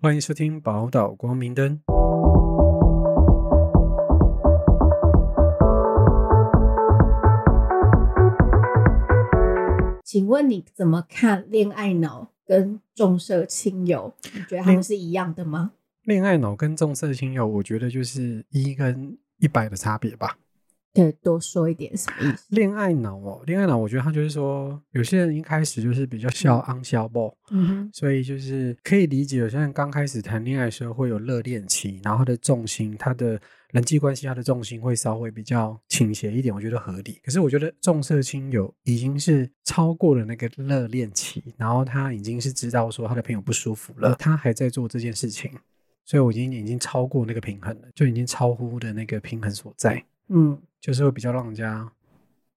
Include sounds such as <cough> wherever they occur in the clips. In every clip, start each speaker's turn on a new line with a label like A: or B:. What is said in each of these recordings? A: 欢迎收听《宝岛光明灯》。
B: 请问你怎么看恋爱脑跟重色轻友？你觉得他们是一样的吗？
A: 恋爱脑跟重色轻友，我觉得就是一跟一百的差别吧。
B: 可以多说一点什么意思？
A: 恋爱脑哦，恋爱脑，我觉得他就是说，有些人一开始就是比较小昂小暴，
B: 嗯哼，
A: 所以就是可以理解，有些人刚开始谈恋爱的时候会有热恋期，然后他的重心、他的人际关系、他的重心会稍微比较倾斜一点，我觉得合理。可是我觉得重色轻友已经是超过了那个热恋期，然后他已经是知道说他的朋友不舒服了，他还在做这件事情，所以我已经已经超过那个平衡了，就已经超乎的那个平衡所在，
B: 嗯，
A: 就是会比较让人家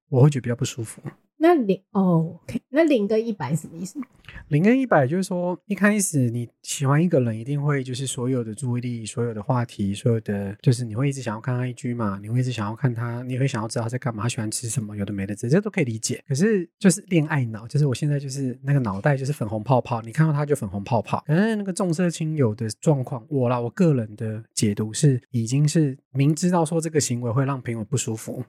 A: 我会觉得比较不舒服。
B: 那零哦，OK，那零跟一百什么意思？
A: 零跟一百就是说，一开始你喜欢一个人，一定会就是所有的注意力、所有的话题、所有的，就是你会一直想要看他 IG 嘛，你会一直想要看他，你会想要知道他在干嘛，他喜欢吃什么，有的没的，这些都可以理解。可是就是恋爱脑，就是我现在就是那个脑袋就是粉红泡泡，你看到他就粉红泡泡。可是那个重色轻友的状况，我啦，我个人的解读是，已经是明知道说这个行为会让朋友不舒服，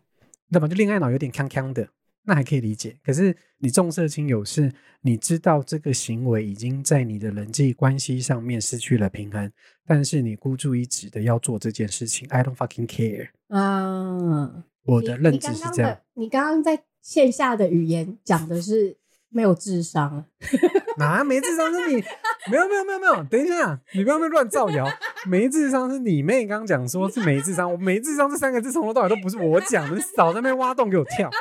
A: 那么就恋爱脑有点康康的，那还可以理解。可是你重色轻友是，你知道这个行为已经在你的人际关系上面失去了平衡，但是你孤注一掷的要做这件事情，I don't fucking care。
B: 啊，
A: 我
B: 你
A: 的认知是这样。。
B: 你刚刚的你刚刚在线下的语言讲的是没有智商，
A: 哪没智商是你？没有没有没有没有，等一下，你不要被乱造谣。没智商是你妹刚讲说是没智商，我没智商这三个字从头到尾都不是我讲的，你少在那边挖洞给我跳。
B: <laughs>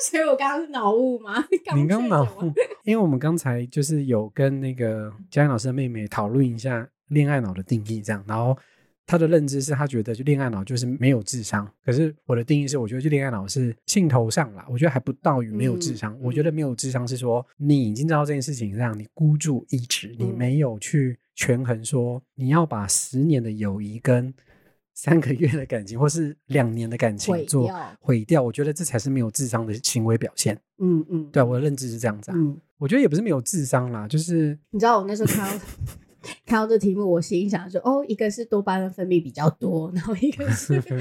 B: 所以我刚刚是脑雾吗？ <laughs>
A: 你刚脑
B: 确诊吗，
A: 因为我们刚才就是有跟那个嘉颖老师的妹妹讨论一下恋爱脑的定义，这样，然后她的认知是她觉得就恋爱脑就是没有智商，可是我的定义是，我觉得就恋爱脑是兴头上啦，我觉得还不到于没有智商。
B: 嗯
A: 我觉得没有智商是说你已经知道这件事情，让你孤注一掷，你
B: 嗯
A: 没有去权衡说你要把十年的友谊跟三个月的感情，或是两年的感情
B: 毁
A: 做
B: 掉
A: 毁掉，我觉得这才是没有智商的行为表现。
B: 嗯嗯，
A: 对啊，我的认知是这样子啊。
B: 嗯，
A: 我觉得也不是没有智商啦，就是
B: <laughs> 你知道我那时候看到 <laughs> 看到这题目，我心想说，哦，一个是多巴胺分泌比较多，然后一
A: <laughs>
B: 个是平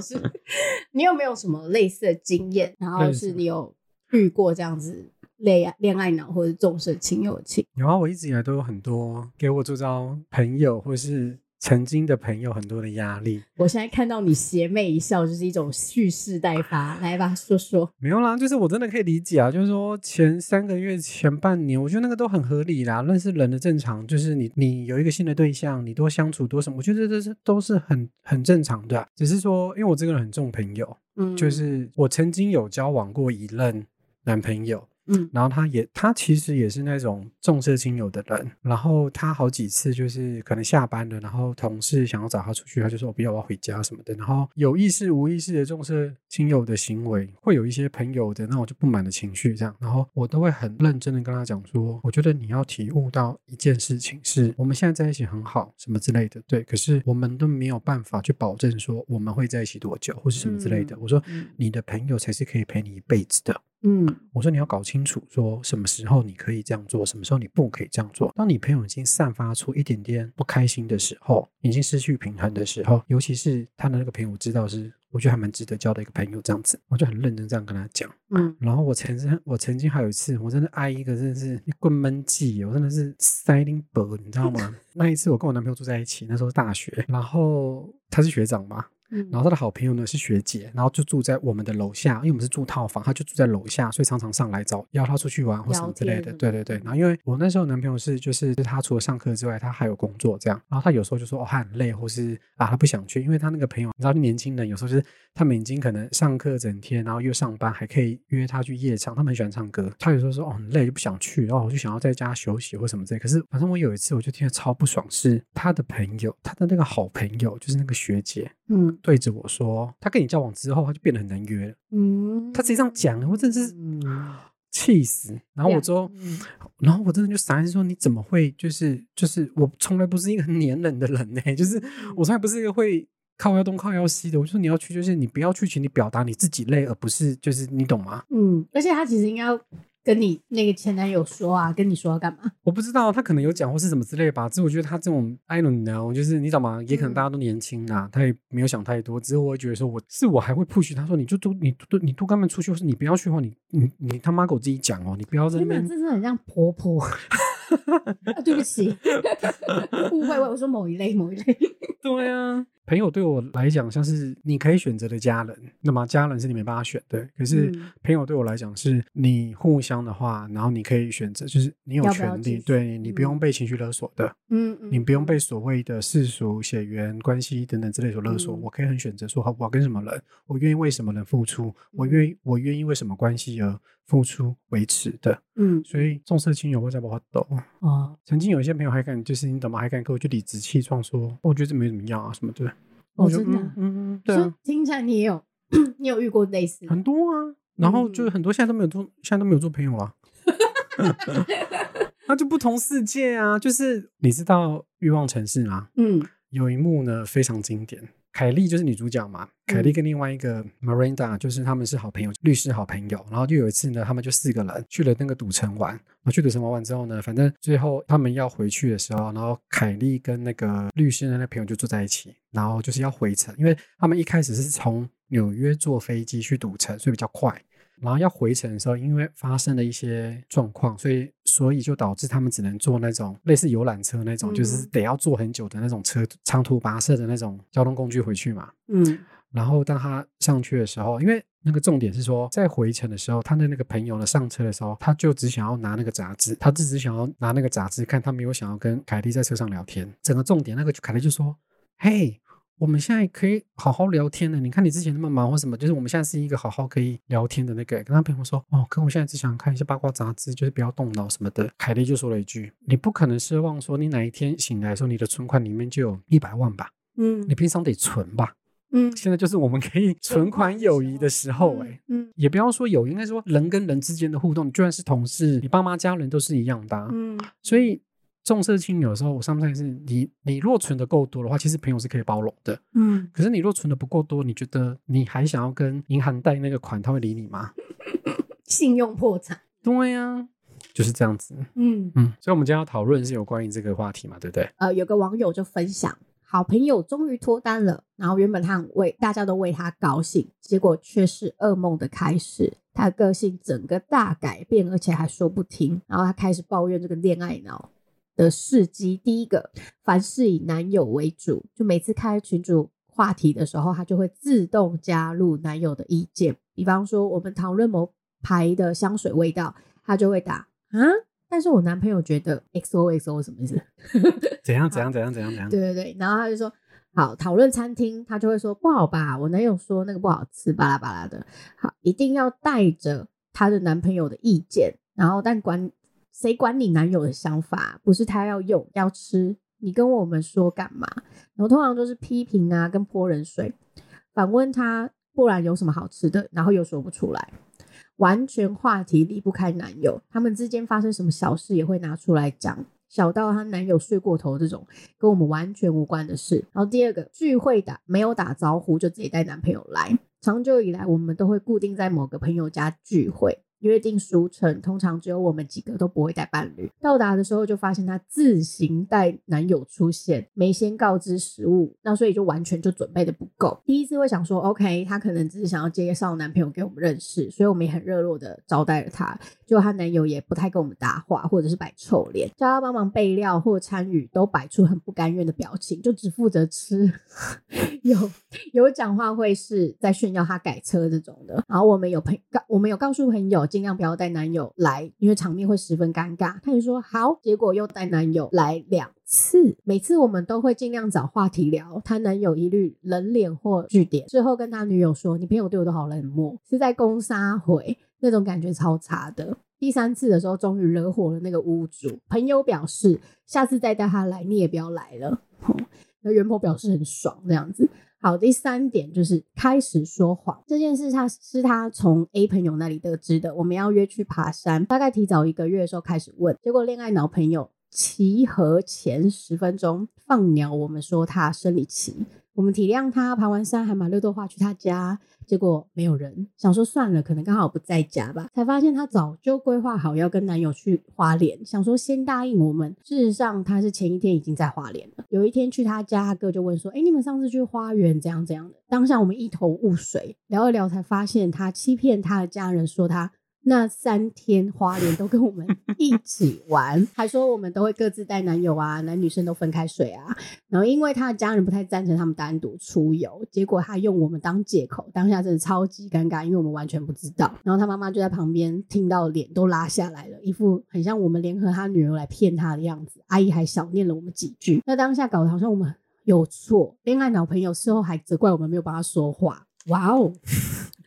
B: 时 <laughs> 你有没有什么类似的经验？然后
A: 类似
B: 是你有遇过这样子恋爱恋爱脑或者重色轻友情？
A: 有啊，我一直以来都有很多给我周遭朋友或是曾经的朋友很多的压力。
B: 我现在看到你邪魅一笑，就是一种蓄势待发。来吧，说说。
A: 没有啦，就是我真的可以理解啊，就是说前三个月、前半年，我觉得那个都很合理啦。认识人的正常，就是你你有一个新的对象，你多相处多什么，我觉得这是都是很很正常的啊、只是说，因为我这个人很重朋友，
B: 嗯，
A: 就是我曾经有交往过一任男朋友，
B: 嗯
A: 然后他也，他其实也是那种重色轻友的人。然后他好几次就是可能下班了，然后同事想要找他出去，他就说我哦不要，我要回家什么的。然后有意识无意识的重色轻友的行为，会有一些朋友的那种就不满的情绪，这样。然后我都会很认真的跟他讲说，我觉得你要体悟到一件事情是，我们现在在一起很好，什么之类的，对。可是我们都没有办法去保证说我们会在一起多久，或是什么之类的。
B: 嗯
A: 我说
B: 嗯
A: 你的朋友才是可以陪你一辈子的。
B: 嗯
A: 我说你要搞清楚，说什么时候你可以这样做，什么时候你不可以这样做。当你朋友已经散发出一点点不开心的时候，已经失去平衡的时候，尤其是他的那个朋友，我知道是我觉得还蛮值得交的一个朋友，这样子，我就很认真这样跟他讲。
B: 嗯，
A: 然后我曾经，我曾经还有一次，我真的挨一个真的是一棍闷记，我真的是塞林伯，你知道吗？ <laughs> 那一次我跟我男朋友住在一起，那时候是大学，然后他是学长嘛，
B: 嗯
A: 然后他的好朋友呢是学姐，然后就住在我们的楼下，因为我们是住套房，他就住在楼下，所以常常上来找邀他出去玩或什么之类
B: 聊
A: 的。
B: 天嗯
A: 对对对。然后因为我那时候男朋友是就是他除了上课之外，他还有工作这样，然后他有时候就说哦他很累，或是啊他不想去，因为他那个朋友你知道年轻人有时候就是他们已经可能上课整天，然后又上班，还可以约他去夜唱，他们很喜欢唱歌。他有时候说哦很累就不想去，哦然后我就想要在家休息或什么之类。可是反正我有一次我就听得超不爽，是他的朋友，他的那个好朋友就是那个学姐，
B: 嗯
A: 对着我说，他跟你交往之后，他就变得很难约了。
B: 嗯，
A: 他直接这样讲，我真的是
B: 嗯
A: 气死。然后我之后，
B: 嗯
A: 然后我真的就傻眼，说你怎么会就是就是我从来不是一个很粘人的人呢、 <laughs> 就是我从来不是一个会靠腰东靠腰西的。我就说你要去，就是你不要去，请你表达你自己累，而不是就是你懂吗？
B: 嗯，而且他其实应该要跟你那个前男友说啊，跟你说要干嘛？
A: 我不知道他可能有讲或是什么之类吧，只是我觉得他这种 I don't know，就是你知道吗？也可能
B: 嗯
A: 大家都年轻啦，他也没有想太多，只是我会觉得说我是我还会 push 他说你就多你多你多跟他们出去，或是你不要去的话，你你你他妈给我自己讲哦，你不要在那
B: 天哪， <laughs>
A: 边
B: 这真的很像婆 <laughs>
A: <laughs>
B: 婆。啊、对不起， <laughs> 误会我，我说某一类某一类。
A: 对啊。朋友对我来讲像是你可以选择的家人，那么家人是你没办法选的，可是。
B: 嗯
A: 朋友对我来讲是你互相的话，然后你可以选择，就是你有
B: 要不要
A: 权利，
B: 继续
A: 对你不用
B: 嗯
A: 被情绪勒索的，
B: 嗯嗯
A: 你不用被所谓的世俗、血缘、关系等等之类所勒索。
B: 嗯
A: 我可以很选择说，好，我要跟什么人，我愿意为什么人付出，
B: 嗯
A: 我愿意我愿意为什么关系而付出维持的。
B: 嗯
A: 所以重色轻友，我在把我抖。
B: 哦
A: 曾经有一些朋友还敢，就是你懂吗？还敢跟我就理直气壮说，哦我觉得这没怎么样啊什么的。
B: 哦
A: 我就
B: 真的啊
A: 嗯嗯，嗯对
B: 所以
A: 啊，
B: 听起来你也有 <clears throat> 你有遇过类似的
A: 很多啊。然后就是
B: 嗯
A: 很多现在都没有做，现在都没有做朋友了。 <laughs> 那就不同世界啊，
B: <laughs>
A: 就是你知道《欲望城市》啊吗？
B: 嗯
A: 有一幕呢非常经典，凯莉就是女主角嘛，凯莉跟另外一个 Miranda 就是他们是好朋友，律师好朋友。然后就有一次呢，他们就四个人去了那个赌城玩。然后去赌城玩完之后呢，反正最后他们要回去的时候，然后凯莉跟那个律师的那朋友就坐在一起，然后就是要回程，因为他们一开始是从纽约坐飞机去赌城，所以比较快。然后要回程的时候，因为发生了一些状况，所以所以就导致他们只能坐那种类似游览车那种，
B: 嗯
A: 就是得要坐很久的那种车，长途跋涉的那种交通工具回去嘛。
B: 嗯
A: 然后当他上去的时候，因为那个重点是说，在回程的时候，他的那个朋友呢上车的时候，他就只想要拿那个杂志，他只只想要拿那个杂志看，他没有想要跟凯莉在车上聊天。整个重点，那个凯莉就说：“嘿。”我们现在可以好好聊天了。你看你之前那么忙或什么，就是我们现在是一个好好可以聊天的那个。跟他朋友说，哦，可我现在只想看一些八卦杂志，就是不要动脑什么的。凯莉就说了一句：“你不可能奢望说你哪一天醒来的时候，你的存款里面就有一百万吧？
B: 嗯
A: 你平常得存吧？
B: 嗯
A: 现在就是我们可以 <laughs> 存款友谊的时候、欸，
B: 嗯
A: 也不要说友谊，应该说人跟人之间的互动，就算是同事、你爸妈、家人都是一样的、啊。
B: 嗯
A: 所以重色轻友的时候，我上次也是你，你若存的够多的话，其实朋友是可以包容的。
B: 嗯
A: 可是你若存的不够多，你觉得你还想要跟银行贷那个款，他会理你吗？
B: 信用破产
A: 对呀、就是这样子。
B: 嗯
A: 嗯，所以我们今天要讨论是有关于这个话题嘛，对不对？
B: 呃，有个网友就分享，好朋友终于脱单了，然后原本他很为大家都为他高兴，结果却是噩梦的开始。他的个性整个大改变，而且还说不听，然后他开始抱怨这个恋爱脑的事迹。第一个，凡事以男友为主，就每次开群主话题的时候，他就会自动加入男友的意见。比方说，我们讨论某牌的香水味道，他就会打啊，但是我男朋友觉得 XOXO 什么意思？
A: 怎样怎样怎样怎样怎样？
B: 对对对，然后他就说好讨论餐厅，他就会说不好吧，我男友说那个不好吃，巴拉巴拉的。好，一定要带着她的男朋友的意见，然后但管谁管你男友的想法，不是他要用要吃，你跟我们说干嘛？然后通常都是批评啊，跟泼冷水，反问他，不然有什么好吃的？然后又说不出来。完全话题离不开男友，他们之间发生什么小事也会拿出来讲，小到她男友睡过头这种，跟我们完全无关的事。然后第二个，聚会打没有打招呼就直接带男朋友来。长久以来，我们都会固定在某个朋友家聚会，约定俗成，通常只有我们几个都不会带伴侣。到达的时候就发现她自行带男友出现，没先告知食物，那所以就完全就准备的不够。第一次会想说，OK，她可能只是想要介绍男朋友给我们认识，所以我们也很热络的招待了她。就她男友也不太跟我们搭话，或者是摆臭脸，叫她帮忙备料或参与，都摆出很不甘愿的表情，就只负责吃。 <laughs> 有有讲话会是在炫耀她改车这种的。然后我们有朋告我们有告诉朋友，尽量不要带男友来，因为场面会十分尴尬。她也说好，结果又带男友来两次，每次我们都会尽量找话题聊，她男友一律冷脸或据点。最后跟她女友说，你朋友对我都好冷漠，是在攻杀回。那种感觉超差的。第三次的时候，终于惹火了那个屋主。朋友表示，下次再带他来，你也不要来了。哦那元婆表示很爽，这样子。好，第三点就是开始说谎这件事，他是他从 A 朋友那里得知的。我们要约去爬山，大概提早一个月的时候开始问，结果恋爱脑朋友集合前十分钟放鸟，我们说他生理期，我们体谅他，爬完山还买绿豆花去他家，结果没有人，想说算了，可能刚好不在家吧，才发现她早就规划好要跟男友去花莲，想说先答应我们。事实上，她是前一天已经在花莲了。有一天去她家，她哥就问说：“哎、你们上次去花园怎样怎样的？”当下我们一头雾水，聊一聊才发现她欺骗她的家人，说她那三天花莲都跟我们 <laughs> 一起玩，还说我们都会各自带男友啊，男女生都分开睡啊。然后因为他的家人不太赞成他们单独出游，结果他用我们当借口，当下真的超级尴尬，因为我们完全不知道。然后他妈妈就在旁边听到脸都拉下来了，一副很像我们联合他女儿来骗他的样子。阿姨还小念了我们几句，那当下搞得好像我们有错，恋爱脑朋友事后还责怪我们没有帮他说话。哇哦！ <laughs>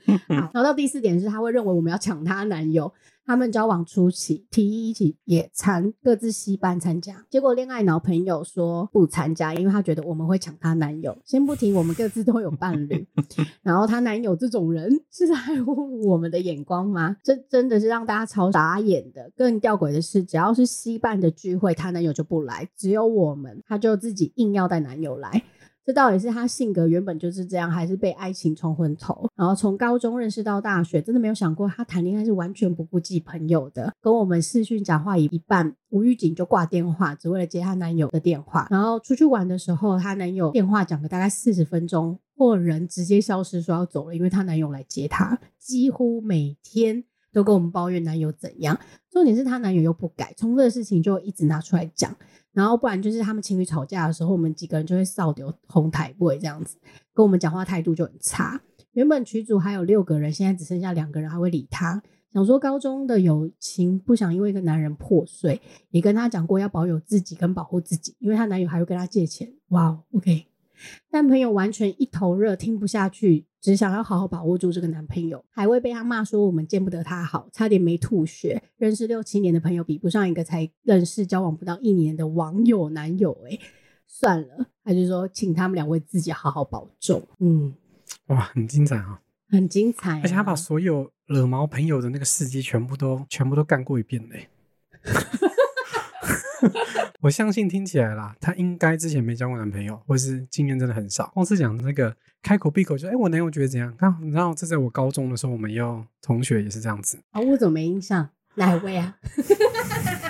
B: 好，然后到第四点是，他会认为我们要抢他男友。他们交往初期提议一起野餐，各自西班参加，结果恋爱脑朋友说不参加，因为他觉得我们会抢他男友。先不提我们各自都有伴侣， <laughs> 然后她男友这种人是在乎我们的眼光吗？这真的是让大家超傻眼的。更吊诡的是，只要是西半的聚会，她男友就不来，只有我们，她就自己硬要带男友来。这到底是她性格原本就是这样，还是被爱情冲昏头？然后从高中认识到大学，真的没有想过她谈恋爱是完全不顾及朋友的，跟我们视讯讲话一一半，无预警就挂电话，只为了接她男友的电话。然后出去玩的时候，她男友电话讲个大概四十分钟，或人直接消失说要走了，因为她男友来接她，几乎每天。都跟我们抱怨男友怎样，重点是她男友又不改，重复的事情就一直拿出来讲，然后不然就是他们情侣吵架的时候，我们几个人就会扫丢红台位这样子，跟我们讲话态度就很差。原本群组还有六个人，现在只剩下两个人还会理他。想说高中的友情不想因为一个男人破碎，也跟他讲过要保有自己跟保护自己，因为她男友还会跟她借钱。哇、哦 o k 但朋友完全一头热，听不下去，只想要好好把握住这个男朋友，还会被他骂说我们见不得他好，差点没吐血。认识六七年的朋友比不上一个才认识交往不到一年的网友男友、欸，算了，他就说请他们两位自己好好保重。嗯，
A: 哇，很精彩啊！
B: 很精彩啊、
A: 而且他把所有惹毛朋友的那个事迹全部都全部都干过一遍嘞。我相信听起来啦，她应该之前没交过男朋友，或是经验真的很少。光是讲那个开口闭口就哎、我男友觉得怎样？那你知道这在我高中的时候，我们有同学也是这样子，
B: 啊，我怎么没印象？哪位啊？ <laughs>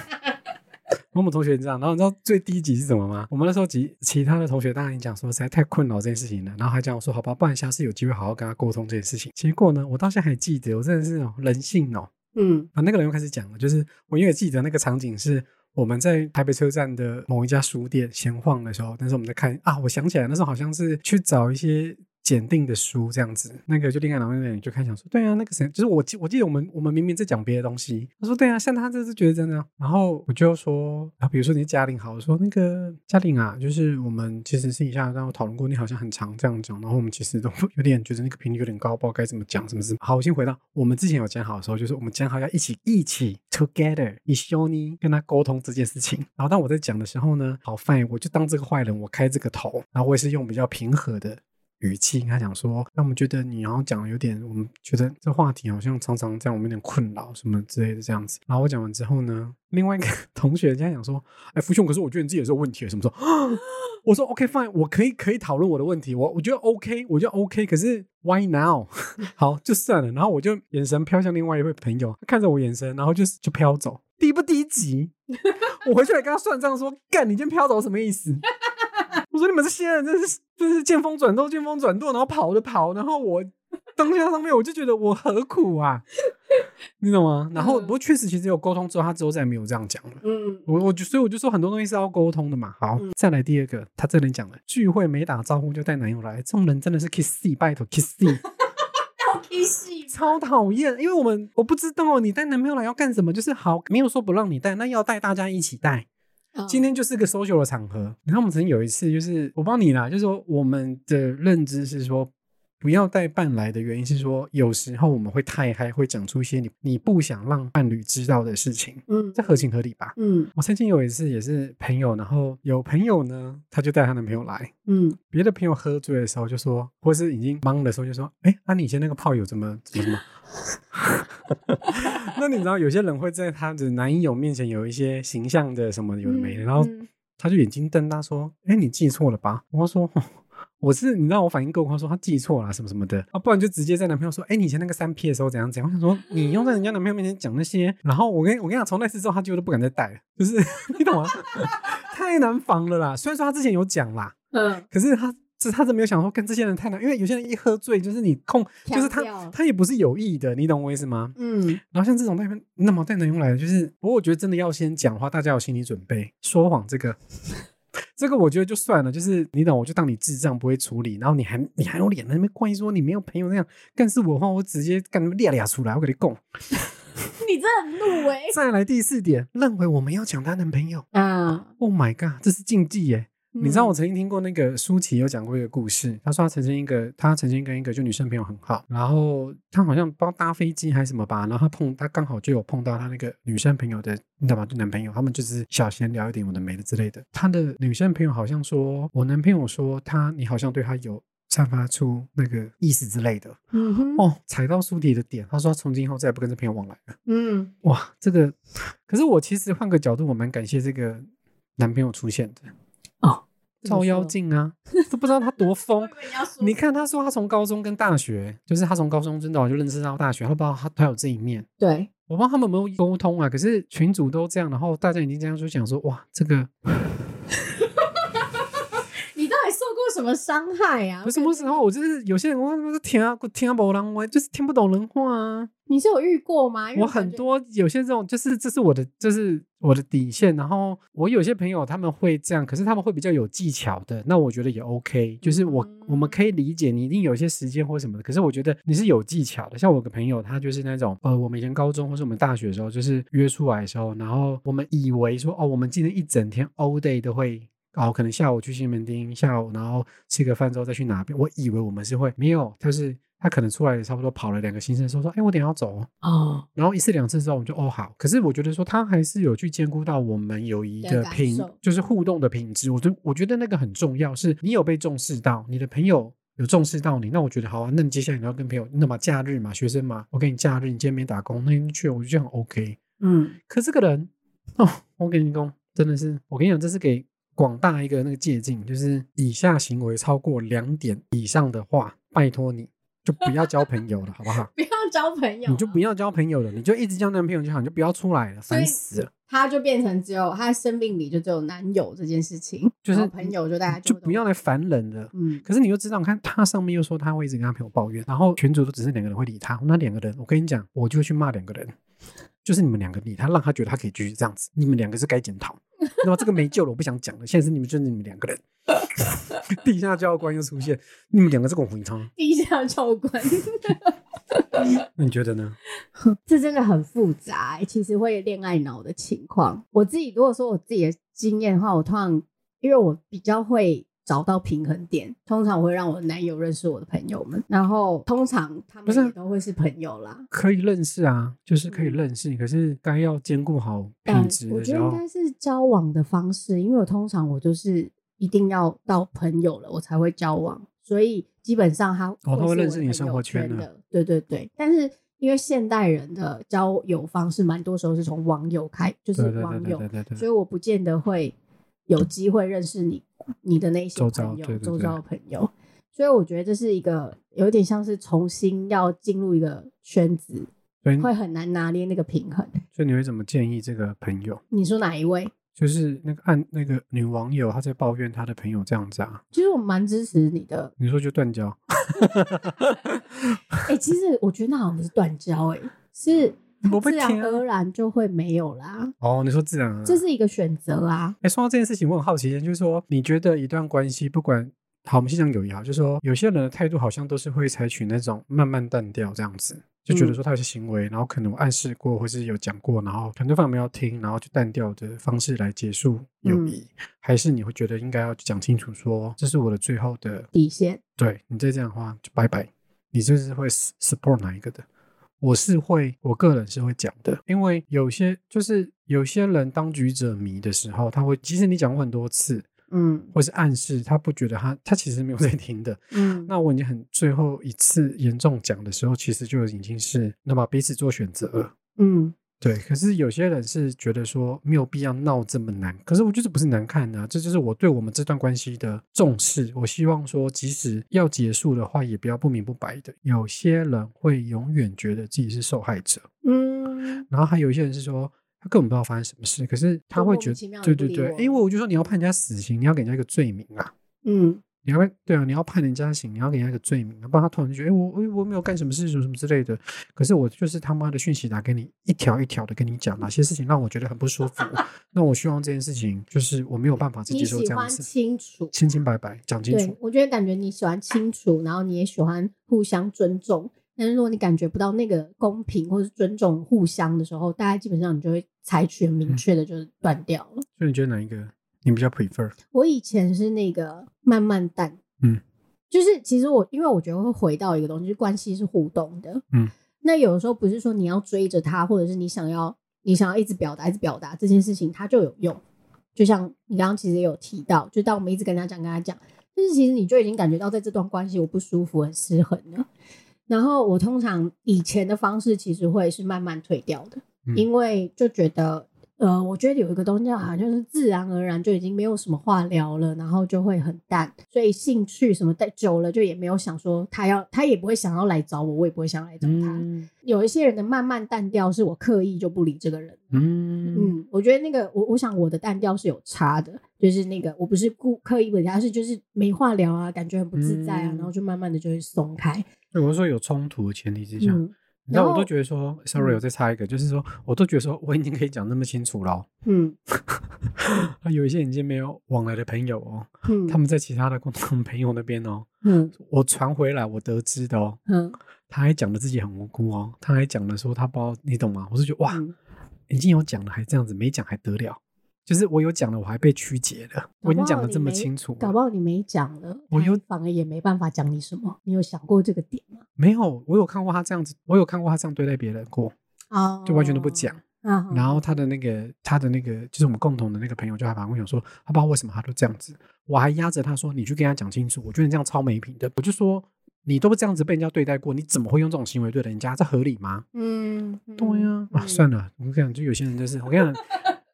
A: 我们同学也这样。然后你知道最低级是什么吗？我们那时候其其他的同学当然讲说实在太困扰这件事情了，然后还讲我说好吧，不然下次有机会好好跟他沟通这件事情。结果呢，我到现在还记得，我真的是哦人性哦，
B: 嗯
A: 啊，那个人又开始讲了，就是我因为记得那个场景是我们在台北车站的某一家书店闲晃的时候，那时候我们在看啊，我想起来那时候好像是去找一些。检定的书这样子，那个就另外两个人就开始想说，对啊，那个谁，就是我记我记得我们我们明明在讲别的东西，他说对啊，像他这次觉得真的，然后我就说啊，比如说你是嘉玲好，我说那个嘉玲啊，就是我们其实私底下让我讨论过，你好像很常这样讲，然后我们其实都 <laughs> 有点觉得那个频率有点高，不知道该怎么讲，什么什么。好，我先回到我们之前有讲好的时候，就是我们讲好要一起一起 together，一起 o n 跟他沟通这件事情。然后当我在讲的时候呢，好 fine，我就当这个坏人，我开这个头，然后我也是用比较平和的语气跟他讲说，那我们觉得你好像讲得有点，我们觉得这话题好像常常这样，我们有点困扰什么之类的这样子。然后我讲完之后呢，另外一个同学人家讲说，哎，福兄，可是我觉得你自己也是有问题的，什么时候？ <gasps> 我说 OK fine，我可以可以讨论我的问题，我我觉得 OK，我觉得 OK，可是 Why now？好 <laughs> 就算了，然后我就眼神飘向另外一位朋友，他看着我眼神，然后就是就飘走，低不低级？ <laughs> 我回去还跟他算账说，干你今天飘走什么意思？ <laughs> 我说你们这些人真是真是见风转舵，见风转舵，然后跑的跑，然后我当下上面我就觉得我何苦啊， <laughs> 你懂吗？然后
B: 嗯
A: 不过确实其实有沟通之后，他之后再也没有这样讲了。
B: 嗯，
A: 我我就所以我就说很多东西是要沟通的嘛。好，再来第二个，他这里讲了，聚会没打招呼就带男友来，这种人真的是 kiss C，拜托 kiss C，
B: 要 kiss
A: 超讨厌。因为我们我不知道你带男朋友来要干什么，就是好没有说不让你带，那要带大家一起带。
B: 哦嗯
A: 今天就是个 social 的场合。然后我们曾经有一次，就是我不知道你啦，就是说我们的认知是说。不要带伴来的原因是说，有时候我们会太嗨，会讲出一些你你不想让伴侣知道的事情，
B: 嗯
A: 这合情合理吧？
B: 嗯
A: 我曾经有一次也是朋友，然后有朋友呢，她就带她男朋友来，
B: 嗯，
A: 别的朋友喝醉的时候就说，或是已经忙的时候就说，哎，那、你以前那个炮友怎么怎么怎 <laughs> 么？那你知道有些人会在他的男友面前有一些形象的什么有的没的，然后
B: 嗯
A: 他就眼睛瞪大说，哎，你记错了吧？我说。哦 <laughs> 我是你知道我反应够快，说他记错了什么什么的啊，不然就直接在男朋友说，哎、你以前那个三 P 的时候怎样怎样。我想说你用在人家男朋友面前讲那些，然后我跟我跟你讲，从那次之后他就都不敢再带了，就是 <laughs> 你懂吗？太难防了啦。虽然说他之前有讲啦，
B: 嗯，
A: 可是他这他真没有想说跟这些人太难，因为有些人一喝醉就是你控，就是
B: 调
A: 他
B: 调
A: 他也不是有意的，你懂我意思吗？
B: 嗯，
A: 然后像这种代表那么太能用来的，就是不过我觉得真的要先讲的话，大家有心理准备，说谎这个。 <laughs> 这个我觉得就算了，就是你懂，我就当你智障不会处理，然后你还你还有脸在那边怪说你没有朋友那样，干是我的话，我直接干列俩出来，我给你供。
B: 你这很怒哎、
A: 再来第四点，认为我们要讲她男朋友
B: 啊，
A: ，Oh my god，这是禁忌耶！
B: 嗯
A: 你知道我曾经听过那个舒淇有讲过一个故事，她说她曾经一个她曾经跟一个就女生朋友很好，然后她好像不知道搭飞机还是什么吧，然后她碰她刚好就有碰到她那个女生朋友的，你知道吗？就男朋友，他们就是小闲聊一点我的没的之类的。她的女生朋友好像说，我男朋友说他你好像对他有散发出那个意思之类的，
B: 嗯哼，
A: 哦，踩到舒淇的点，她说她从今以后再也不跟这朋友往来了。
B: 嗯，
A: 哇，这个，可是我其实换个角度，我蛮感谢这个男朋友出现的。照妖镜啊，都不知道他多
B: <laughs>
A: 疯。你看，他说他从高中跟大学，就是他从高中真的就认识到大学，他不知道他他有这一面。
B: 对，
A: 我不知道他们有没有沟通啊，可是群主都这样，然后大家已经这样就想说，哇，这个
B: 你到底受过什么伤害啊
A: 有？什么时候我就是有些人我我听啊听不懂人话，就是听不懂人话啊。
B: 你是有遇过吗？因为
A: 我很
B: 感觉，
A: 多有些这种，就是这是我的，这是我的底线。然后我有些朋友他们会这样，可是他们会比较有技巧的，那我觉得也 OK。就是我、我们可以
B: 嗯
A: 理解你一定有些时间或什么的，可是我觉得你是有技巧的。像我有个朋友，他就是那种呃，我们以前高中或是我们大学的时候，就是约出来的时候，然后我们以为说哦，我们今天一整天 all day 都会。哦，可能下午去西门町，下午然后吃个饭之后再去哪边？我以为我们是会没有，就是他可能出来差不多跑了两个行程，说说，哎，我等一下要走哦，
B: 哦，
A: 然后一次两次之后，我们就哦好。可是我觉得说他还是有去兼顾到我们友谊
B: 的
A: 的
B: 感
A: 品
B: 受，
A: 就是互动的品质。我觉我觉得那个很重要，是你有被重视到，你的朋友有重视到你。那我觉得好啊，那你接下来你要跟朋友，那么假日嘛，学生嘛，我给你假日，你今天没打工，那你去，我就觉得很 OK。
B: 嗯，
A: 可这个人哦，我跟你讲，真的是，我跟你讲，这是给广大一个那个借鉴，就是以下行为超过两点以上的话，拜托你就不要交朋友了，好不好？
B: <laughs> 不要交朋友，啊
A: 你就不。要交朋友了，你就一直交男朋友就好，你就不要出来了，
B: 所以
A: 烦死了。
B: 他就变成只有他的生命里就只有男友这件事情，
A: 就是
B: 然后朋友就大家
A: 就
B: 会
A: 不要来烦人了。
B: 嗯
A: 可是你又知道，你看他上面又说他会一直跟他朋友抱怨，然后群主都只是两个人会理他，那两个人，我跟你讲，我就会去骂两个人，就是你们两个理他，让他觉得他可以继续这样子，你们两个是该检讨。那么这个没救了，我不想讲了。现在是你们就是你们两个
B: <laughs>
A: 人，地下教官又出现，你们两个是共回仓，
B: 地下 <laughs> 教官，
A: 那你觉得呢？
B: 这真的很复杂欸、其实会有恋爱脑的情况。我自己如果说我自己的经验的话，我通常因为我比较会找到平衡点，通常我会让我男友认识我的朋友们，然后通常他
A: 不是
B: 们也都会是朋友啦。
A: 可以认识啊，就是可以认识，可是该要兼顾好品
B: 嗯但
A: 质
B: 我
A: 的时
B: 觉得应
A: 候，
B: 该是交往的方式，因为我通常我就是一定要到朋友了，我才会交往，所以基本上他
A: 哦他会
B: 是我的
A: 认识你生
B: 朋友
A: 活圈
B: 圈
A: 呢
B: 的，对对对。但是因为现代人的交友方式，蛮多时候是从网友开，就是
A: 对对
B: 网
A: 对
B: 友，
A: 对对对对。
B: 所以我不见得会有机会认识你你的那些
A: 周遭
B: 朋友，
A: 对对
B: 周
A: 对
B: 遭的朋友。所以我觉得这是一个有点像是重新要进入一个圈子，
A: 所以
B: 会很难拿捏那个平衡。
A: 所以你会怎么建议这个朋友？
B: 你说哪一位？
A: 就是那个按那个女网友，她在抱怨她的朋友这样子啊，
B: 其实我蛮支持你的。
A: 你说就断交？
B: 哎、其实我觉得那好像不是断交、哎，是
A: 我被
B: 自然
A: 听啊
B: 而然就会没有啦，
A: 哦，你说自然而然。
B: 这是一个选择啊。
A: 哎，说到这件事情，我很好奇，就是说，你觉得一段关系，不管好，我们先讲友谊好，就是说，有些人的态度好像都是会采取那种慢慢淡掉这样子，就觉得说他有些行为，然后可能我暗示过，或是有讲过，然后可能对方没有听，然后就淡掉的方式来结束友谊，还是你会觉得应该要讲清楚说，这是我的最后的
B: 底线，
A: 对你再这样的话，就拜拜。你这是会 s- support 哪一个的？我是会，我个人是会讲的，因为有些就是有些人当局者迷的时候，他会，即使你讲过很多次，
B: 嗯
A: 或是暗示，他不觉得他他其实没有在听的。
B: 嗯，
A: 那我已经很最后一次严重讲的时候，其实就已经是那么彼此做选择了。
B: 嗯
A: 对，可是有些人是觉得说没有必要闹这么难，可是我就是不是难看啊，这就是我对我们这段关系的重视。我希望说，即使要结束的话，也不要不明不白的。有些人会永远觉得自己是受害者，
B: 嗯，
A: 然后还有一些人是说。他根本不知道发生什么事，可是他会觉
B: 就莫名其妙
A: 得，
B: 地
A: 对
B: 不
A: 对对，
B: 理我
A: 因为我就说你要判人家死刑，你要给人家一个罪名啊，
B: 嗯，
A: 你要对啊，你要判人家刑，你要给人家一个罪名，不然他突然就觉得，哎、我我我没有干什么事情什么之类的。可是我就是他妈的讯息打给你，一条一条的跟你讲哪些事情让我觉得很不
B: <laughs>
A: 舒服。那我希望这件事情就是我没有办法去
B: 你
A: 接受
B: 喜
A: 这样
B: 欢
A: 的事，
B: 清楚，
A: 清清白白讲清
B: 对
A: 楚。
B: 我觉得感觉你喜欢清楚，然后你也喜欢互相尊重。但是如果你感觉不到那个公平或是尊重互相的时候，大家基本上你就会采取很
A: 嗯
B: 明确的，就是断掉了。
A: 所以你觉得哪一个你比较 prefer？
B: 我以前是那个慢慢淡，
A: 嗯，
B: 就是其实我因为我觉得会回到一个东西，就是关系是互动的，
A: 嗯，
B: 那有的时候不是说你要追着他，或者是你想要你想要一直表达一直表达这件事情，它就有用。就像你刚刚其实也有提到，就当我们一直跟他讲跟他讲，但是其实你就已经感觉到在这段关系我不舒服很失衡了。然后我通常以前的方式其实会是慢慢退掉的，
A: 嗯
B: 因为就觉得，呃，我觉得有一个东西好像就是自然而然就已经没有什么话聊了，然后就会很淡，所以兴趣什么的久了就也没有想说他要，他也不会想要来找我，我也不会想要来找他。
A: 嗯
B: 有一些人的慢慢淡掉，是我刻意就不理这个人。
A: 嗯
B: 嗯，我觉得那个我我想我的淡调是有差的，就是那个我不是故刻意不理他，是就是没话聊啊，感觉很不自在啊，
A: 嗯
B: 然后就慢慢的就会松开。
A: 对，我是说有冲突的前提之下，
B: 嗯
A: 你知道
B: 然
A: 我
B: 后
A: 都觉得说，sorry，
B: 嗯
A: 我再插一个，就是说我都觉得说我已经可以讲那么清楚了哦， <laughs>
B: 嗯
A: 那有一些已经没有往来的朋友哦，
B: 嗯，
A: 他们在其他的共同朋友那边哦， <laughs>
B: 嗯
A: 我传回来我得知的哦，
B: 嗯
A: 他还讲的自己很无辜哦，他还讲了说他不知道，你懂吗？我是觉得哇，
B: 嗯
A: 已经有讲了还这样子，没讲还得了？就是我有讲了，我还被曲解了，我已经讲的这么清楚了
B: 搞不好你没讲了，
A: 我又
B: 他反而也没办法讲你什么。你有想过这个点吗？
A: 没有，我有看过他这样子，我有看过他这样对待别人过，
B: 啊
A: 哦就完全都不讲。
B: 啊
A: 然后他的那个他的那个就是我们共同的那个朋友就还反问我说，他不知道为什么他都这样子，我还压着他说你去跟他讲清楚，我觉得你这样超没品的，我就说。你都不这样子被人家对待过，你怎么会用这种行为对人家？这合理吗？
B: 嗯，
A: 对呀、啊，
B: 嗯
A: 算了，我跟你讲，就有些人就是，我跟你讲，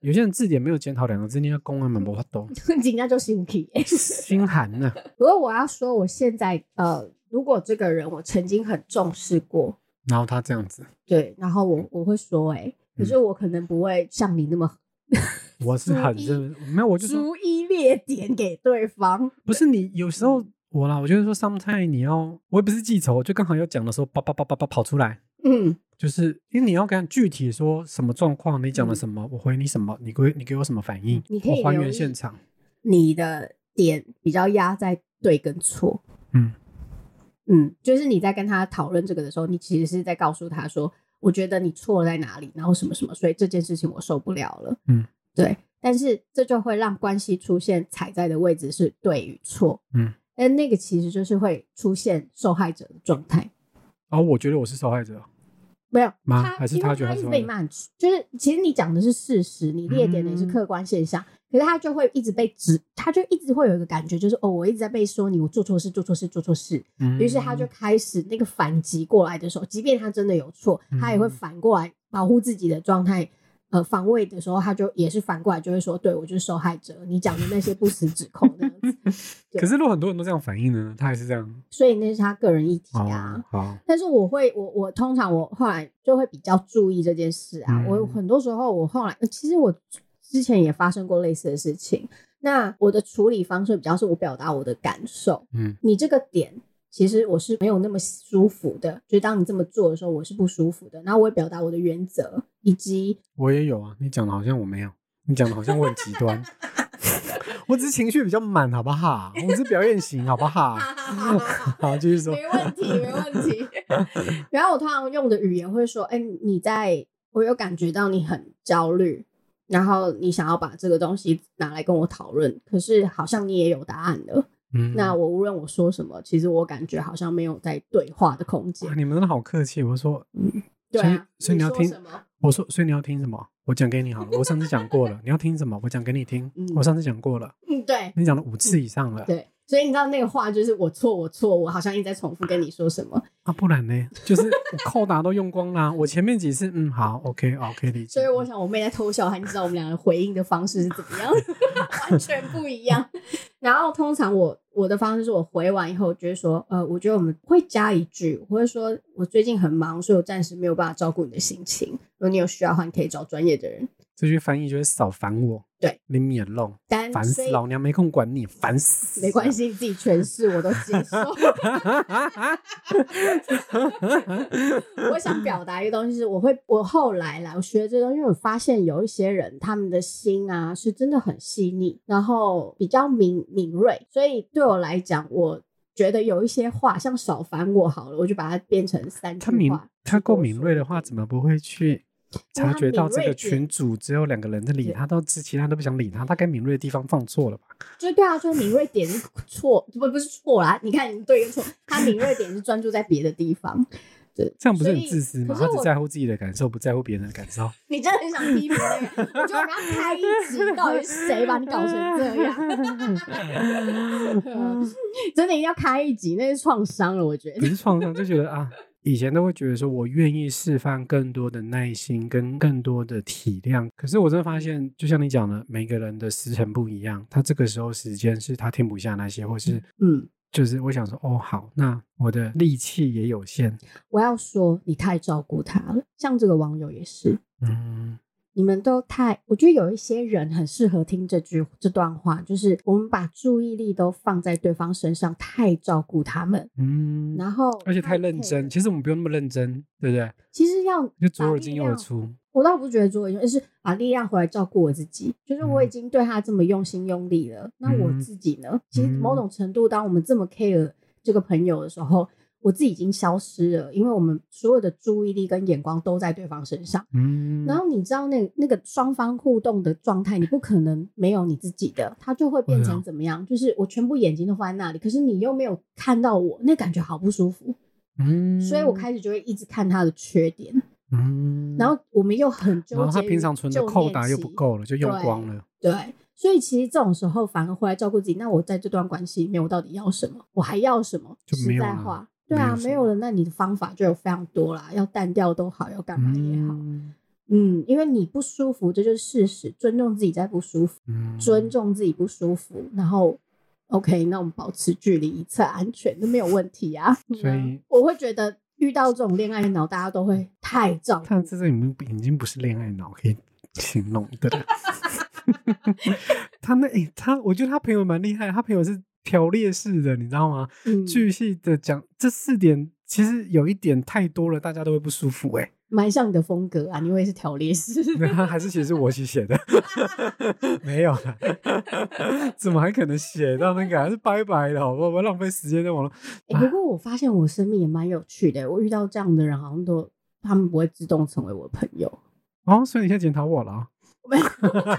A: 有些人字典没有检讨两个字，你要公安们不法懂，
B: <laughs> 人家就心体。
A: 心寒呢、
B: <laughs> 不过我要说，我现在呃，如果这个人我曾经很重视过，
A: 然后他这样子，
B: 对，然后
A: 嗯
B: 我我会说、欸，哎，可是我可能不会像你那么
A: 我是很认，没有，我就说
B: 逐一列点给对方。
A: 不是你，有时候我啦，我就是说，sometime 你要，我也不是记仇，就刚好要讲的时候，叭叭叭叭叭跑出来，
B: 嗯
A: 就是因为你要跟他具体说什么状况，你讲了什么，我回你什么，你给你给我什么反应，
B: 嗯你可以
A: 我还
B: 留
A: 原
B: 意
A: 现场，
B: 你的点比较压在对跟错。
A: 嗯
B: 嗯，就是你在跟他讨论这个的时候，你其实是在告诉他说，我觉得你错了在哪里，然后什么什么，所以这件事情我受不了了。
A: 嗯，
B: 对。但是这就会让关系出现踩在的位置是对与错。
A: 嗯，
B: 但那个其实就是会出现受害者的状态。
A: 然哦后我觉得我是受害者，
B: 没有
A: 吗
B: 他
A: 还是
B: 因为
A: 他觉得他
B: 一
A: 是
B: 直
A: 坏
B: 被
A: 人
B: 骂，就是其实你讲的是事实，你列点的也是
A: 嗯
B: 客观现象，可是他就会一直被指，他就一直会有一个感觉，就是哦，我一直在被说你我做错事，做错事，做错事，
A: 嗯，
B: 于是他就开始那个反击过来的时候，即便他真的有错，他也会
A: 嗯
B: 反过来保护自己的状态。呃，防卫的时候，他就也是反过来就会说：“对我就是受害者，你讲的那些
A: <laughs>
B: 不实指控这样子。
A: 可是如果很多人都这样反应呢，他还是这样，”
B: 所以那是他个人议题啊。
A: 哦，好，
B: 但是我会，我我通常我后来就会比较注意这件事啊。
A: 嗯
B: 我很多时候我后来，呃其实我之前也发生过类似的事情。那我的处理方式比较是我表达我的感受，
A: 嗯
B: 你这个点其实我是没有那么舒服的，就是当你这么做的时候，我是不舒服的。然后我也表达我的原则，以及
A: 我也有啊，你讲的好像我没有，你讲的好像我很极端，
B: <laughs>
A: 我只是情绪比较满，好不好？我是表演型，好不
B: <laughs>
A: 好？好，继续说，
B: 没问题，没
A: <laughs>
B: 问题。然后我通常用的语言会说：“哎、你在我有感觉到你很焦虑，然后你想要把这个东西拿来跟我讨论，可是好像你也有答案了。
A: 嗯，
B: 那我无论我说什么，其实我感觉好像没有在对话的空间
A: 哇。你们真的好客气。我说，
B: 对
A: 哦
B: 啊，
A: 所以所以你要
B: 说
A: 听
B: 什么？
A: 我说，所以你要听什么？我讲给你好了，我上次讲过了。你要听什么？我讲给你听
B: 嗯。
A: 我上次讲过了，
B: 嗯，对
A: 你讲了五次以上了。
B: 对，所以你知道那个话就是我错，我错，我好像一直在重复跟你说什么。
A: 啊，不然呢？就是我扣打都用光啦。我前面几次，嗯，好，OK，好，可以理解。嗯
B: 所以我想，我妹在偷笑，她你知道我们两个回应的方式是怎么样的， <laughs> 完全不一样。然后通常我我的方式是我回完以后，我就会说，呃，我觉得我们会加一句，我会说我最近很忙，所以我暂时没有办法照顾你的心情。如果你有需要的话，你可以找专业的人。
A: 这句翻译就是少烦我，
B: 对，
A: 你免弄，
B: 但
A: 烦
B: 所
A: 死，
B: 以
A: 老啊娘没空管你，烦死。
B: 没关，系，你自己诠释我都接受。 <laughs> 我想表达一个东西是，我会我后来啦，我学这个东西，因为我发现有一些人他们的心啊是真的很细腻，然后比较敏敏锐，所以对我来讲，我觉得有一些话像少烦我好了，我就把它变成三句
A: 他
B: 话。
A: 敏他够
B: 多
A: 敏
B: 说
A: 锐
B: 一
A: 的
B: 点
A: 话，怎么不会去
B: 因为
A: 察
B: 他
A: 觉到
B: 敏
A: 这个
B: 锐
A: 群
B: 点
A: 主只有两个人在理
B: 对
A: 他，到之其他都不想理他？他该敏锐的地方放错了吧？
B: 就对啊，就是敏锐点是错，不不是错啦。你看你对跟错，他敏锐点是专注在别的地方。对，
A: 这样不是
B: 所
A: 很
B: 以
A: 自私吗？
B: 可
A: 他
B: 是
A: 只
B: 我
A: 在乎自己的感受，不在乎别人的感受。
B: 你真的很想批评那个，我觉得我们要拍一集，到底是谁把你搞成这样？ <laughs> 真的一定要开一集，那是创伤了，我觉
A: 不
B: 得。
A: 是创伤，就觉得啊，以前都会觉得说我愿意释放更多的耐心跟更多的体谅，可是我真的发现，就像你讲的，每个人的时辰不一样，他这个时候时间是他停不下那些，或是
B: 嗯，
A: 就是我想说，哦，好，那我的力气也有限，
B: 我要说你太照顾他了，像这个网友也是，
A: 嗯，
B: 你们都太，我觉得有一些人很适合听这句这段话，就是我们把注意力都放在对方身上，太照顾他们，
A: 嗯，
B: 然后
A: 而且太认真，其实我们不用那么认真，对不对？
B: 其实要
A: 就左
B: 把
A: 耳
B: 力
A: 进右耳
B: 量
A: 出，
B: 我倒不觉得做而是把力量回来照顾我自己。就是我已
A: 嗯
B: 经对他这么用心用力了，那我
A: 嗯
B: 自己呢？其实
A: 嗯
B: 某种程度，当我们这么 care 这个朋友的时候，我自己已经消失了，因为我们所有的注意力跟眼光都在对方身上。
A: 嗯，
B: 然后你知道那那个双方互动的状态，你不可能没有你自己的，它就会变
A: 对
B: 成
A: 啊
B: 怎么样？就是我全部眼睛都放在那里，可是你又没有看到我，那感觉好不舒服。
A: 嗯，
B: 所以我，开始就会一直看他的缺点，
A: 嗯，
B: 然后我们又很纠结
A: 然后他
B: 于
A: 平常存的
B: 旧
A: 扣
B: 念
A: 打又不
B: 期
A: 够了，就用
B: 对
A: 光了，
B: 对，所以其实这种时候反而回来照顾自己。那我在这段关系里面，我到底要什么？我还要什么？
A: 就没
B: 实
A: 有
B: 在
A: 了
B: 话，对啊，
A: 没有什么
B: 没有了。那你的方法就有非常多啦，要淡掉都好，要干嘛也好。
A: 嗯
B: 嗯因为你不舒服，这就是事实。尊重自己在不舒服，
A: 嗯
B: 尊重自己不舒服，然后 OK，那我们保持距离，一侧安全，那没有问题啊。
A: 所以
B: 我会觉得遇到这种恋爱脑，大家都会太照顾
A: 但这这已经不已经不是恋爱脑可以形容的
B: <laughs>
A: 了。他那、诶他，我觉得他朋友蛮厉害，他朋友是条列式的，你知道吗？
B: 嗯，
A: 巨细的讲这四点，其实有一点太多了，大家都会不舒服、诶
B: 蛮像你的风格啊，你会是条
A: <laughs>
B: 列式。
A: 哎，还是其实是我一起写
B: <laughs>
A: 的，没有啦，怎么还可能写到那个？啊还是拜拜的，好不好？不要浪费时间在网络。
B: 欸，不过我发现我生命也蛮有趣的，欸我遇到这样的人，好像都他们不会自动成为我的朋友。
A: 哦，所以你现在检讨我了、啊
B: <laughs> 没有，
A: <laughs>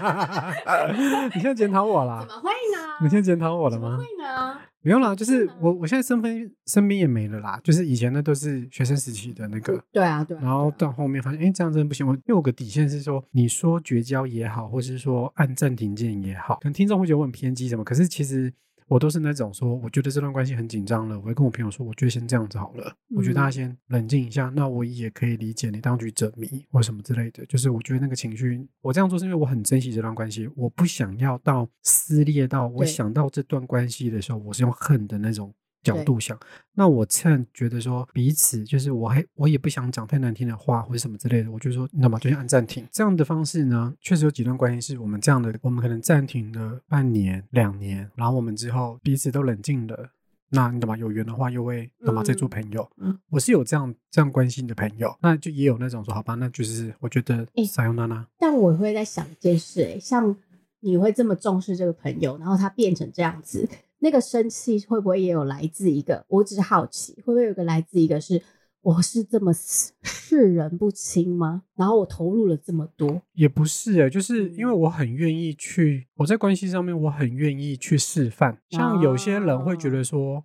A: 你现在检讨我啦、
B: 怎么会呢？
A: 你现在检讨我了
B: 怎
A: 吗
B: 么？会呢？
A: 没有啦，就是
B: 真的吗
A: 我我现在身边身边也没了啦，就是以前的都是学生时期的那个，
B: 对啊，对啊。
A: 然后到后面发现，哎，这样真的不行。我因为我有个底线是说，你说绝交也好，或是说按暂停键也好，可能听众会觉得我很偏激什么，可是其实。我都是那种说，我觉得这段关系很紧张了，我会跟我朋友说，我觉得先这样子好了，我觉得大
B: 嗯
A: 家先冷静一下。那我也可以理解你当局者迷或什么之类的，就是我觉得那个情绪，我这样做是因为我很珍惜这段关系，我不想要到撕裂到我
B: 对
A: 想到这段关系的时候，我是用恨的那种角
B: 对
A: 度想。那我趁觉得说彼此就是我还我也不想讲太难听的话或者什么之类的，我就说那么就先按暂停。这样的方式呢，确实有几段关系是我们这样的，我们可能暂停了半年、两年，然后我们之后彼此都冷静了。那你懂吗？有缘的话又会懂吗？再做
B: 嗯
A: 朋友，
B: 嗯
A: 我是有这样这样关心的朋友，那就也有那种说好吧，那就是我觉得
B: 诶
A: 撒用娜娜，
B: 但我会在想一件事、欸，像你会这么重视这个朋友，然后他变成这样子，那个生气会不会也有来自一个？我只是好奇，会不会有个来自一个是我是这么视视人不清吗？然后我投入了这么多，
A: 也不是诶，就是
B: 嗯
A: 因为我很愿意去，我在关系上面我很愿意去示范。像有些人会
B: 啊
A: 觉得说，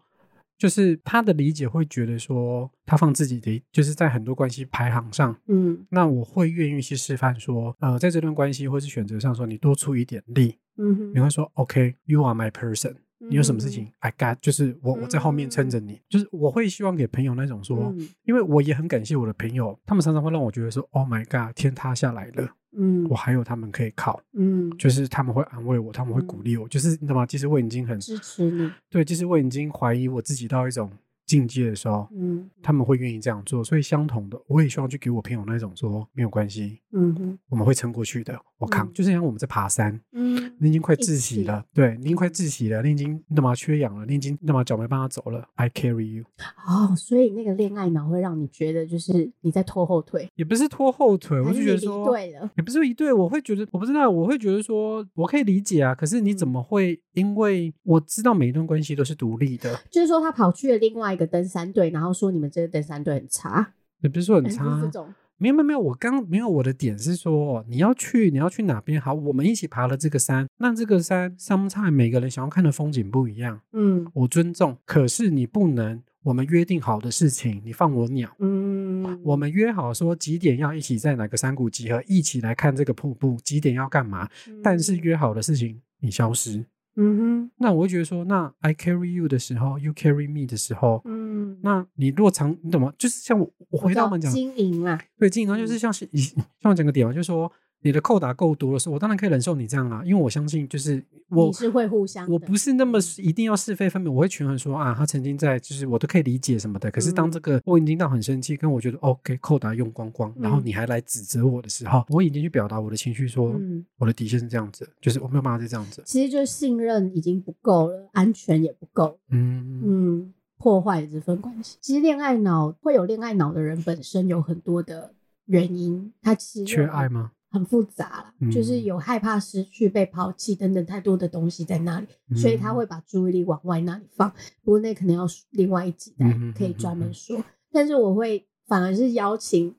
A: 就是他的理解会觉得说，他放自己的就是在很多关系排行上，
B: 嗯
A: 那我会愿意去示范说，呃，在这段关系或是选择上说，你多出一点力，
B: 嗯哼嗯
A: 你会说，OK，you、are my person。你有什么事情、i got，就是我我在后面撑着你，就是我会希望给朋友那种说，
B: 嗯
A: 因为我也很感谢我的朋友，他们常常会让我觉得说，Oh my god，天塌下来了，
B: 嗯
A: 我还有他们可以靠，
B: 嗯，
A: 就是他们会安慰我，他们会鼓励我，就是你知道吗？其实我已经很
B: 支持你，
A: 对，其实我已经怀疑我自己到一种境界的时候，
B: 嗯
A: 他们会愿意这样做，所以相同的，我也希望去给我朋友那种说，没有关系，
B: 嗯哼
A: 我们会撑过去的，我扛，
B: 嗯啊
A: 就是像我们在爬山，
B: 嗯
A: 你已经快
B: 一
A: 窒息
B: 起
A: 了，对你已经快窒息了，你已经那么缺氧了，你已经那么脚没办法走了，I carry you，
B: 哦，所以那个恋爱脑会让你觉得就是你在拖后腿，
A: 也不是拖后腿，我
B: 还
A: 就是觉得
B: 你离
A: 说，
B: 对了，
A: 也不是一对，我会觉得我不知道，我会觉得说我可以理解啊，可是你怎
B: 嗯
A: 么会？因为我知道每一段关系都是独立的，
B: 就是说他跑去了另外一个登山队，然后说你们这个登山队很差，
A: 也不是说很
B: 哎
A: 差
B: 就是这
A: 啊。
B: 种，
A: 没有没有没有，我刚没有我的点是说，哦你要去你要去哪边好，我们一起爬了这个山，那这个山 sometime 每个人想要看的风景不一样，
B: 嗯
A: 我尊重，可是你不能，我们约定好的事情，你放我鸟。
B: 嗯，
A: 我们约好说几点要一起在哪个山谷集合，一起来看这个瀑布，几点要干嘛？但是约好的事情你消失，
B: 嗯
A: 那我会觉得说，那 I carry you 的时候，you carry me 的时候
B: 哼，嗯，
A: 那你若常你懂吗？就是像我，我
B: 我
A: 回
B: 知
A: 到
B: 道
A: 我们讲，
B: 经营啊，
A: 对，经常就是像是以像我讲个点嘛，啊就是说你的扣打够多的时候，我当然可以忍受你这样啊，因为我相信就是我
B: 你是会互相的，嗯
A: 我不是那么一定要是非分明，我会权衡说啊，他曾经在就是我都可以理解什么的。可是当
B: 嗯
A: 这个我已经到很生气，跟我觉得哦 OK 扣打用光光，然后
B: 嗯
A: 你还来指责我的时候，我已经去表达我的情绪，说
B: 嗯，
A: 我的底线是这样子，就是我没有办法再这样子。
B: 其实就是信任已经不够了，安全也不够，
A: 嗯
B: 嗯，破坏这份关系。其实恋爱脑会有恋爱脑的人本身有很多的原因，他其实
A: 缺爱吗？
B: 很复杂啦，
A: 嗯
B: 就是有害怕失去、被抛弃等等太多的东西在那里，
A: 嗯
B: 所以他会把注意力往外那里放。不过那可能要另外一集再
A: 嗯哼
B: 可以专门说，但是我会反而是邀请。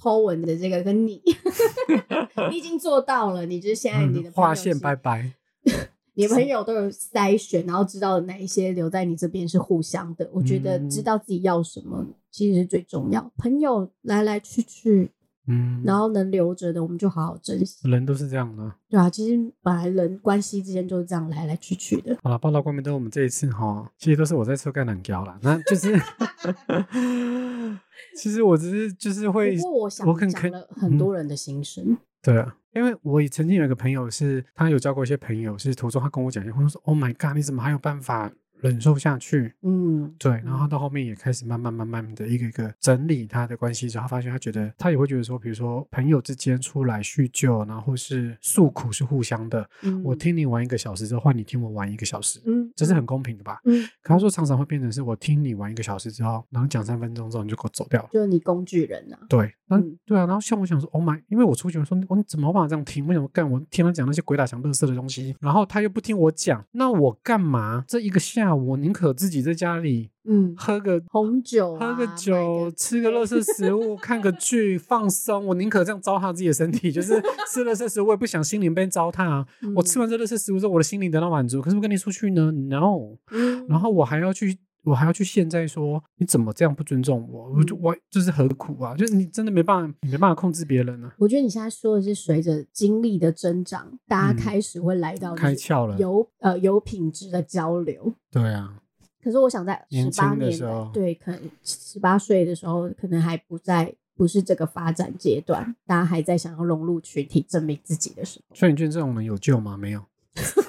B: Po 文的这个跟你， <laughs> 你已经做到了，你就是现在你的朋友
A: 嗯划
B: 其实
A: 线拜拜。
B: 你朋友都有筛选，然后知道哪一些留在你这边是互相的。我觉得
A: 嗯
B: 知道自己要什么其实是最重要。朋友来来去去，
A: 嗯，
B: 然后能留着的我们就好好珍惜，
A: 人都是这样的。
B: 对啊，其实本来人关系之间就是这样来来去去的。
A: 好了，报道光明灯，我们这一次哈，其实都是我在抽干懒胶啦。那就是， <laughs> 其实我只是就是会
B: 不过我想
A: 我很嗯
B: 讲
A: 肯
B: 了很多人的心声，
A: 对啊，因为我也曾经有一个朋友是，他有交过一些朋友，是途中他跟我讲一些话，我就说 Oh my God，你怎么还有办法忍受下去？
B: 嗯
A: 对，然后他到后面也开始慢慢慢慢的一个一个整理他的关系之后，他发现他觉得他也会觉得说，比如说朋友之间出来叙旧，然后是诉苦是互相的，
B: 嗯，
A: 我听你玩一个小时之后，换你听我玩一个小时，
B: 嗯，
A: 这是很公平的吧？
B: 嗯，
A: 可他说常常会变成是我听你玩一个小时之后，然后讲三分钟之后你就给我走掉了。
B: 就是你工具人啊，
A: 对，那、
B: 嗯
A: 对啊，然后像我想说，Oh my，因为我出去我说，我怎么有办法这样听？为什么干？我听他讲那些鬼打墙、乐色的东西，然后他又不听我讲，那我干嘛？这一个下午，我宁可自己在家里
B: 嗯，
A: 喝个
B: 红酒
A: 喝
B: 啊、
A: 个
B: 买
A: 酒，吃个乐色食物，看个剧，放松。我宁可这样糟蹋自己的身体，就是吃乐色食物，我也不想心灵被糟蹋啊。
B: 嗯
A: 我吃完这乐色食物之后，我的心灵得到满足。可是我跟你出去呢，no，
B: 嗯，
A: 然后我还要去，我还要去现在说你怎么这样不尊重我？我就
B: 嗯
A: 我这是何苦啊？就是你真的没办法，你没办法控制别人啊，
B: 我觉得你现在说的是，随着经历的增长，大
A: 嗯
B: 家开始会来到
A: 开
B: 就是
A: 窍了。
B: 哦有呃有品质的交流。
A: 对啊，
B: 可是我想在
A: 年
B: 十
A: 轻
B: 八
A: 的
B: 年
A: 时候
B: 代，对，可能十八岁的时候，可能还不在不是这个发展阶段，大家还在想要融入群体、证明自己的时候，
A: 所以你觉得这种人有救吗？没有。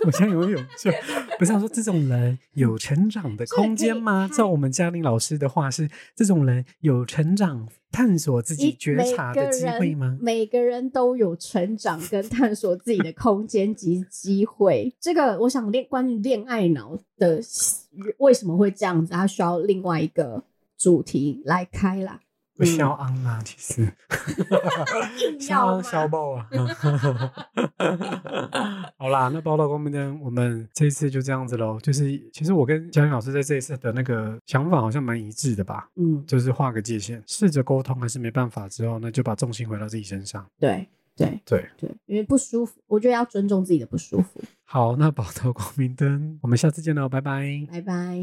A: 我现在有没有救？ <laughs> 不是我说这种人有成长的空间吗
B: 这个可以？看
A: 照我们嘉玲老师的话是，这种人有成长、探索自己
B: 一
A: 觉察的机会吗？
B: 每个人每个人都有成长跟探索自己的空间及机会。这个，我想恋关于恋爱脑的为什么会这样子，它需要另外一个主题来开啦。
A: 不肖昂啊，其实肖
B: 要
A: 昂
B: 吗
A: 肖爆啊。 <laughs> 好啦，那报道光明灯，我们这一次就这样子喽。就是其实我跟嘉玲老师在这一次的那个想法好像蛮一致的吧，
B: 嗯，
A: 就是画个界限，试着沟通，还是没办法之后，那就把重心回到自己身上。
B: 对对
A: 对，
B: 对，因为不舒服，我觉得要尊重自己的不舒服。
A: 好，那宝岛光明灯，我们下次见喽，拜拜。
B: 拜拜。